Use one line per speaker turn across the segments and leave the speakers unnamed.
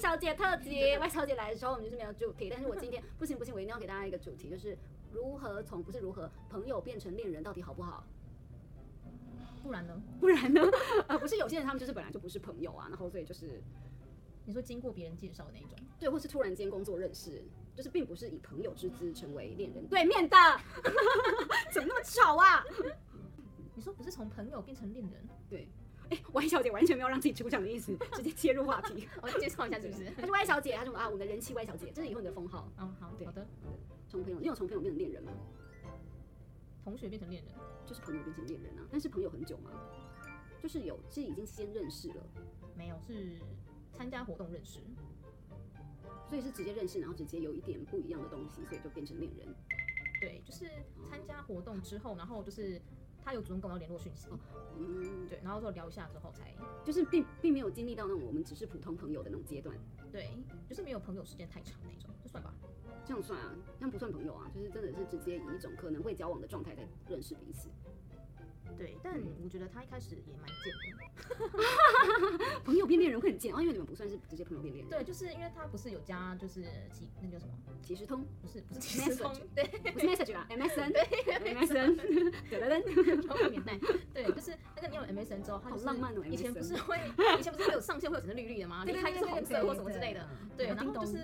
小姐特辑， 外小姐来的时候我们就是没有主题，但是我今天不行不行，我一定要给大家一个主题，就是如何从不是如何朋友变成恋人，到底好不好？
不然呢？
不然呢？呃， 不是有些人他们就是本来就不是朋友啊，然后所以就是
你说经过别人介绍的那一种，
对，或是突然间工作认识，就是并不是以朋友之姿成为恋人。对面的， 怎么那么吵啊？
你说不是从朋友变成恋 人，
对，哎、y 小姐完全没有让自己出场的意思，直接切入话题。
我哦介绍一下是不是？
她是 Y 小姐，她说啊，我们的人气 Y 小姐，这是以后你的封号。
嗯，好
对
好的，
从朋友，你有从朋友变成恋人吗？
同学变成恋人，
就是朋友变成恋人啊，但是朋友很久吗？就是有是已经先认识了，
没有是参加活动认识，
所以是直接认识，然后直接有一点不一样的东西，所以就变成恋人。
对，就是参加活动之后，然后就是他有主动跟我联络讯息，
嗯，
哦对，然后就聊一下之后才
就是并并没有经历到那种我们只是普通朋友的那种阶段，
对，就是没有朋友时间太长那种，就算吧。
这样算啊，那不算朋友啊，就是真的是直接以一种可能会交往的状态在认识彼此。
对，但我觉得他一开始也蛮贱的，
朋友变恋人会很贱啊，因为你们不算是直接朋友变恋人。
对，就是因为他不是有加就是其那个叫什么，
即时通
不是不是 其实通，对，
不是 message 啊，MSN 对 MSN 对对对，
中 国年代，对，就是那个你有 MSN 之后，他
好
就是
浪漫哦
以前不
MSN
是会， 以前不是会有上线会有什么绿绿的吗？
对
离
对
开就是
对对
红
对
色或什么
对嗯
之类的。对，然后就是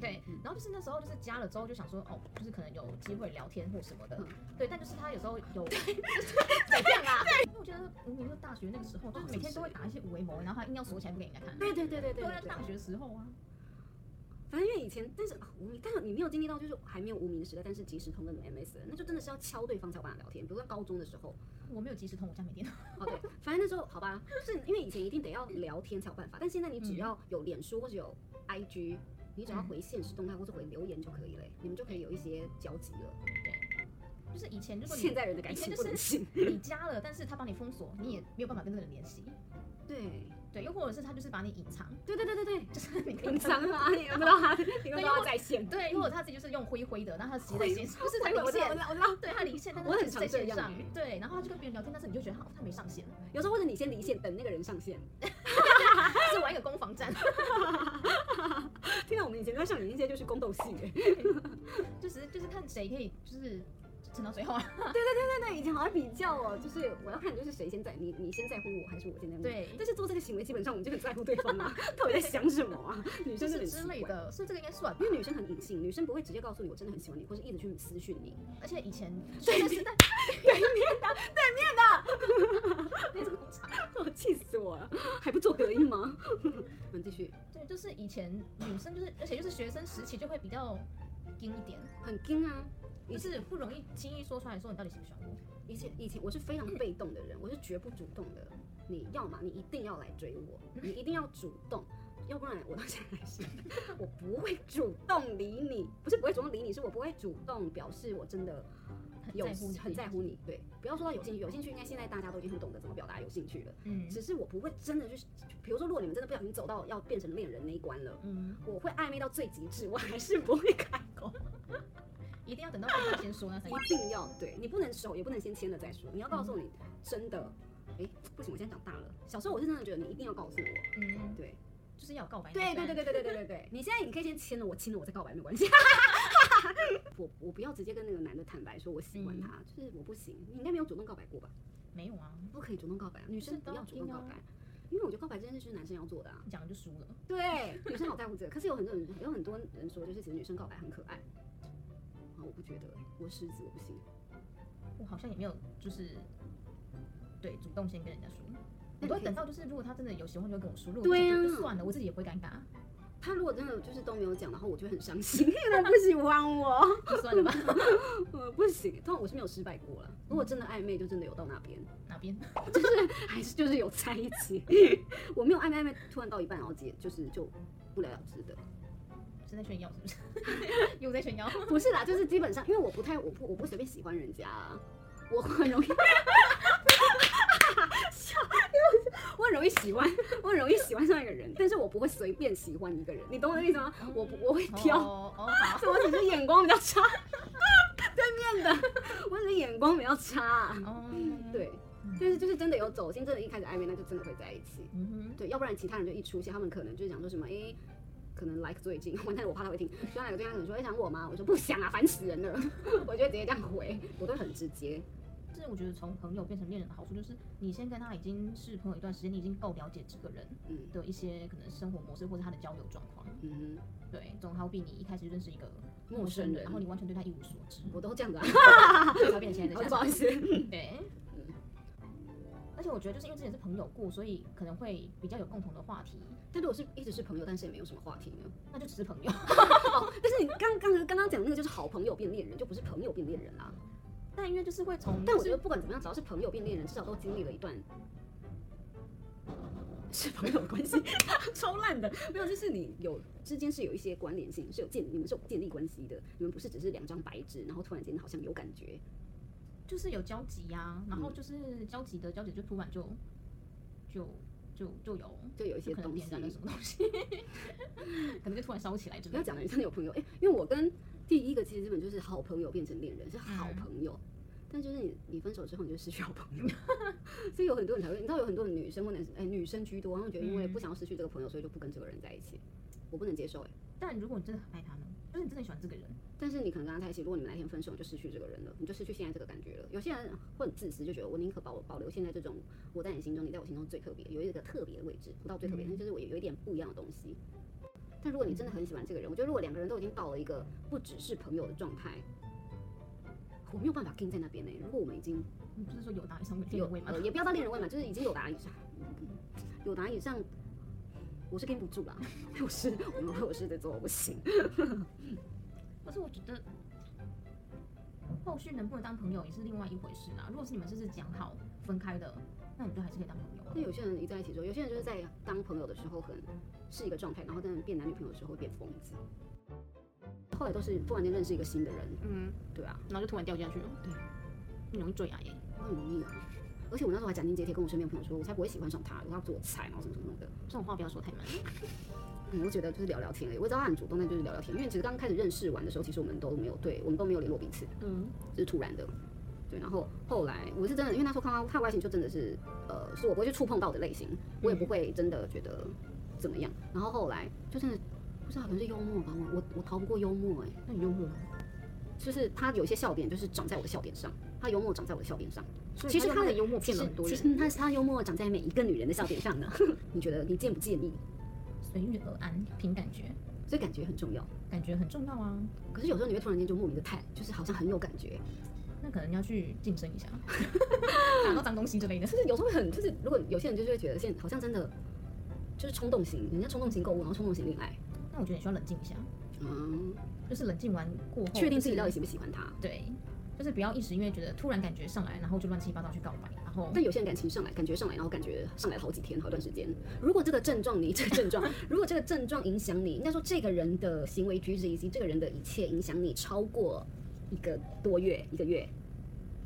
对，然后就是那时候就是加了之后就想说，哦，就是可能有机会聊天或什么的
嗯。
对，但就是他有时候有怎样 啊？因为我觉得我们大学那个时候，就是每天都会打一些五维谋，然后还硬要锁起来不给人家看。
对对对对对
对啊，
对。
大学时候啊，
反正因为以前，但是啊无名，但是你没有经历到就是还没有无名的时代，但是即时通跟 MSN，那就真的是要敲对方才有办法聊天。比如说高中的时候，
我没有及时通我家没电脑。
哦对，反正那时候好吧，就是因为以前一定得要聊天才有办法，但现在你只要有脸书或者有 IG，你只要回现实动态或者回留言就可以了，你们就可以有一些交集了。
就是以前如 果
现
你
在人的感情不能信，
你加了，但是他帮你封锁，你也没有办法跟这个人联系。
对
对，又或者是他就是把你隐藏，
对对对对对，
就是你可以
隐藏了啊，你们不知道他，你们不知道他在线。
对，如果他自己就是用灰灰的，那他直接在线，不是他
我知道
离
我知道我
线，
知道我知道，
对他离线，但是
我
他
很
就是
常
在
这
线
样
上
欸，
对，然后他就跟别人聊天，但是你就觉得他他没上 线，
有时候或者你先离线，等那个人上线。
是玩一个攻防战，
听到我们以前都在上演一些就是宫斗戏，哎
就只是就是看谁可以就是撑到最后啊。
那以前好像比较哦，就是我要看就是谁先在你你先在乎我还是我先在乎你？
对
嗯但是做这个行为基本上我们就很在乎对方 啊，到底在想什么啊？女
就
生
是
很
之类
奇怪，
的，所以这个应该算吧
因。为女生很隐性，女生不会直接告诉你我真的很喜欢你，或是一直去私讯你。
而且以前学生时代，对面的，对面的，那是工厂。
我气死我了，还不做隔音吗？ 我们继续，
对，就是以前女生就是，而且就是学生时期就会比较硬一点，
很惊啊！
就
以前
是不容易轻易说出来说你到底喜不喜欢我。
以前以前我是非常被动的人，我是绝不主动的。你要嘛，你一定要来追我，你一定要主动，要不然我到现在还是我不会主动理你，不是不会主动理你，是我不会主动表示我真的
很
有
在乎你，
很在乎你。对，不要说到有兴趣，有兴趣应该现在大家都已经很懂得怎么表达有兴趣了。
嗯
只是我不会真的去，比如说，如果你们真的不小心走到要变成恋人那一关了，
嗯，
我会暧昧到最极致，我还是不会开口。
一定要等到对方先说那才
一定要对你不能手也不能先签了再说，你要告诉你真的，哎、不行，我现在长大了。小时候我是真的觉得你一定要告诉我，
嗯，
对，
就是要有告白。
对对对对对对对对对，你现在你可以先签了，我亲了我再告白没关系。 我我不要直接跟那个男的坦白说我喜欢他，就是我不行，你应该没有主动告白过吧？
没有啊，
不可以主动告白啊，女生不要主动告白
是，
因为我觉得告白这件事就是男生要做的啊。
你讲了就输了。
对，女生好在乎这个，可是有很多人有很多人说，就是其实女生告白很可爱。啊，我不觉得，我狮子我不行。
我好像也没有就是对主动先跟人家说，
那
我
你
都
可
会
以
等到就是如果他真的有喜欢就会跟我说，如果
对
不
啊
就就算了，我自己也不会尴尬，啊
他如果真的就是都没有讲，然后我就会很伤心，因 为他不喜欢 我，
就算了吧。
我呃不行。通常我是没有失败过了，如果真的暧昧，就真的有到那边，
哪边？
还是就是有在一起。 我没有暧昧暧昧，突然到一半然后结，就是就不了了之的。
是在炫耀 是不是？又在炫耀？
不是啦，就是基本上，因为我不太，我不我不随便喜欢人家啊，我很容易， 笑，因为我很容易喜欢，我很容易喜欢上一个人，但是我不会随便喜欢一个人，你懂我的意思吗？我不我会挑。
哦哦好
是我只是眼光比较差， 对面的，我只是眼光比较差、
哦，
对，但是就是真的有走心，真的一开始暧昧，那就真的会在一起。
嗯哼，
对，要不然其他人就一出现，他们可能就是讲说什么，哎、可能 like 最近，完蛋了，我怕他 会听。就哪个对象可能说，哎、想我吗？我说不想啊，烦死人了。 我就会直接这样回，我都很直接。
这是我觉得从朋友变成恋人的好处，就是你先跟他已经是朋友一段时间，你已经够了解这个人
嗯
的一些可能生活模式或者他的交友状况。
嗯
对，总好比你一开始认识一个
哼，陌生人
然，后你完全对他一无所知，
我都这样子啊，
才会变成现在
我
的
不好
相
意思。
对。而且我觉得就是因为之前是朋友过，所以可能会比较有共同的话题，
但如果是一直是朋友，但是也没有什么话题呢？
那就只是朋友。
哦，但是你刚刚刚刚讲的那个就是好朋友变恋人，就不是朋友变恋人啦、啊
但因为就是会从，
但我觉得不管怎么样，只要是朋友变恋人，至少都经历了一段是朋友关系， 超烂的。没有，就是你有之间是有一些关联性，是有建你们是有建立关系的，你们不是只是两张白纸，然后突然间好像有感觉。
就是有交集呀、然
嗯
后就是交集的交集就突然就就就就有
就有一些
可能
东西
点燃了什么东西， 可能就突然烧起来之
不要
类的。
讲的真的有朋友，哎、因为我跟第一个其实基本就是好朋友变成恋人，是好
嗯
朋友。但就是你，你分手之后你就失去好朋友， 所以有很多人才会，你知道有很多的女生或男生，哎、女生居多，然后觉得因为
嗯
不想要失去这个朋友，所以就不跟这个人在一起，我不能接受、哎。
但如果你真的很爱他呢，就是你真的喜欢这个人，
但是你可能跟他在一起，如果你们哪天分手，你就失去这个人了，你就失去现在这个感觉了。有些人会很自私，就觉得我宁可保保留现在这种我在你心中，你在我心中最特别，有一个特别的位置，不到最特别，
嗯
但就是我有一点不一样的东西。但如果你真的很喜欢这个人，我觉得如果两个人都已经到了一个不只是朋友的状态，我没有办法跟在那边呢、欸如果我们已经
你不是说有达以上恋
有
人味吗
呃？也不要到恋人位嘛，就是已经有答以上，有答以上，我是跟不住啦， 我是我我是在做我不行。
可是我觉得后续能不能当朋友也是另外一回事啦。如果是你们这是讲好分开的，那你就还是可以当朋友啊。
那有些人一在一起之后，有些人就是在当朋友的时候很是一个状态，然后但是变男女朋友的时候会变疯子。后来都是突然间认识一个新的人，
嗯，
对啊，
然后就突然掉下去了。对，你容易坠崖耶。
我很容易啊。而且我那时候还斩钉截铁跟我身边的朋友说，我才不会喜欢上他，我要做菜，然后什么什么什么的。
这种话不要说太满。
嗯，我就觉得就是聊聊天而已，我知道他很主动，但就是聊聊天。因为其实刚开始认识完的时候，其实我们都没有对，我们都没有联络彼此，
嗯，
就是突然的。对，然后后来我是真的，因为那时候看到他的外形就真的是，呃，是我不会去触碰到的类型，我也
嗯
不会真的觉得怎么样。然后后来就真的不知道，可能是幽默吧，我我我逃不过幽默哎、
那你幽默吗？
就是他有一些笑点就是长在我的笑点上，他幽默长在我的笑点上。
所以
其实
他
他
用
的
的幽默
其
骗了
实
很多
其
人，
实他他幽默长在每一个女人的笑点上呢， 你觉得你介不介意？
随遇而安，凭感觉，
所以感觉很重要。
感觉很重要啊。
可是有时候你会突然间就莫名的太，就是好像很有感觉，
那可能要去晋升一 下，打到脏东西之类的。
就是有时候会很，就是如果有些人就是会觉得现好像真的就是冲动型，人家冲动型购物，然后冲动型恋爱，
那我觉得你需要冷静一下，
嗯，
就是冷静完过后，
确定自己
就
到底
是
喜不喜欢他。
对，就是不要一时因为觉得突然感觉上来，然后就乱七八糟去告白，然后
但有些人感情上来，感觉上来，然后感觉上来好几天，好一段时间。如果这个症状你这个症状，如果这个症状影响你，应该说这个人的行为举止以及这个人的一切影响你超过一个多月，一个月，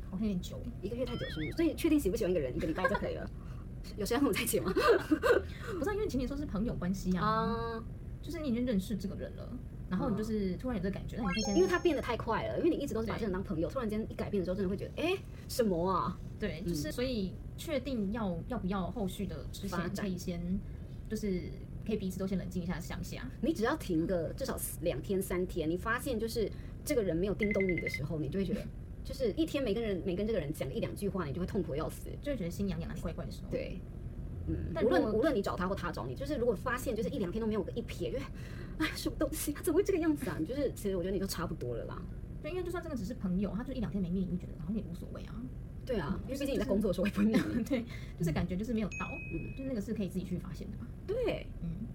好像有点久。
一个月太久是不是？所以确定喜不喜欢一个人，一个礼拜就可以了。有谁要跟我在一起吗？
不是、啊、因为前提说是朋友关系啊，
啊、
就是你已经认识这个人了，然后你就是突然有这个感觉，那你可以先
嗯因为他变得太快了，因为你一直都是把这个人当朋友，突然间一改变的时候，真的会觉得，哎、什么啊？
对，就是所以确定要要不要后续的之
发
前，
展
可以先就是可以彼此都先冷静一下，想一下。
你只要停个至少两天三天，你发现就是这个人没有叮咚你的时候，你就会觉得，就是一天没跟人没跟这个人讲一两句话，你就会痛苦得要死。
就会觉得心痒痒的、怪怪的时候，
对，嗯，
但
无
如
论
果
无论你找他或他找你，就是如果发现就是一两天都没有个一瞥，就是哎什么东西，他怎么会这个样子啊？你就是其实我觉得你就差不多了啦。
对，因为就算真的只是朋友，他就一两天没密，你觉得好像也无所谓啊。
对啊，因为毕竟
就
你
是
在工作的时候也不会腻。
对，就是感觉就是没有到，
嗯
就是那个是可以自己去发现的嘛。
对，
嗯，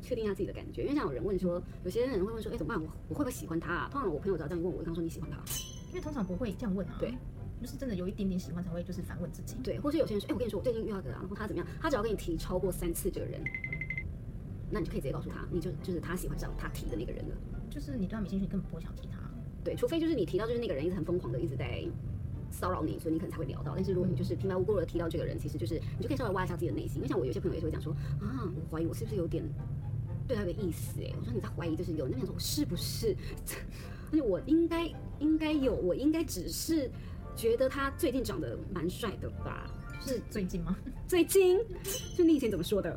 确定一下自己的感觉，因为像有人问说，有些人会问说，哎、怎么办？我我会不会喜欢他、啊？通常我朋友只要这样一问我，我就跟他说你喜欢他。
因为通常不会这样问啊。
对，
就是真的有一点点喜欢才会就是反问自己。
对，或是有些人说，哎、我跟你说，我最近遇到一个啊，然后他怎么样？他只要跟你提超过三次这个人，那你就可以直接告诉他，你就就是他喜欢上他提的那个人了。
就是你对他没兴趣，你根本不会想提他。
对，除非就是你提到就是那个人一直很疯狂的一直在骚扰你，所以你可能才会聊到。但是如果你就是平白无故的提到这个人，其实就是你就可以稍微挖一下自己的内心。因为像我有些朋友也是会讲说啊，我怀疑我是不是有点对他有点意思、欸？我说你在怀疑就是有，那边说我是不是？而且我应该应该有，我应该只是觉得他最近长得蛮帅的吧。就是
最近吗？
最 近，就你以前怎么说的，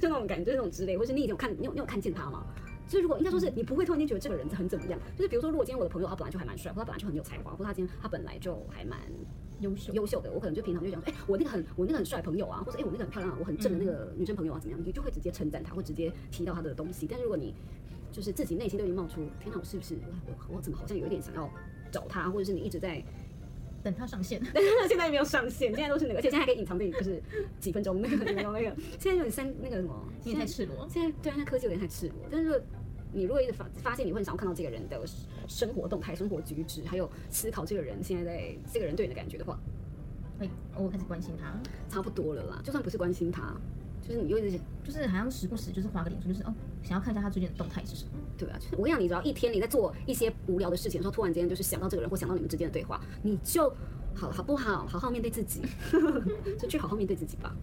就那种感觉，就那种之类，或是你以前有看，你有你有看见他吗？所以如果应该说是你不会突然间觉得这个人很怎么样，就是比如说，如果今天我的朋友他本来就还蛮帅，或他本来就很有才华，或他今天他本来就还蛮
优秀，
优秀的，我可能就平常就讲说，哎、我那个很我那个很帅朋友啊，或者哎、我那个很漂亮啊，我很正的那个女生朋友啊，怎么样，你就会直接称赞他，会直接提到他的东西。但如果你就是自己内心都已经冒出，天哪，我是不是我我我怎么好像有一点想要找他，或者是你一直在，
等他上线。
现在没有上线，现在都是那个，而且现在还可以隐藏自己，就是几分钟 那个那个那个，现在有点三那个什么，
你
现
也
在
太赤裸，
现在虽然在科技有点太赤裸，但是你如果一直发发现，你会很想要看到这个人的生活动态、生活举止，还有思考这个人现在在这个人对你的感觉的话，
会哦我开始关心他，
差不多了啦。就算不是关心他，就是你又一直
就是好像时不时就是划个脸书，就是哦，想要看一下他最近的动态是什么。
对啊，就是我跟你讲，你只要一天你在做一些无聊的事情的时候，突然间就是想到这个人或想到你们之 间的对话，你就好好不好？好好面对自己，就去好好面对自己吧。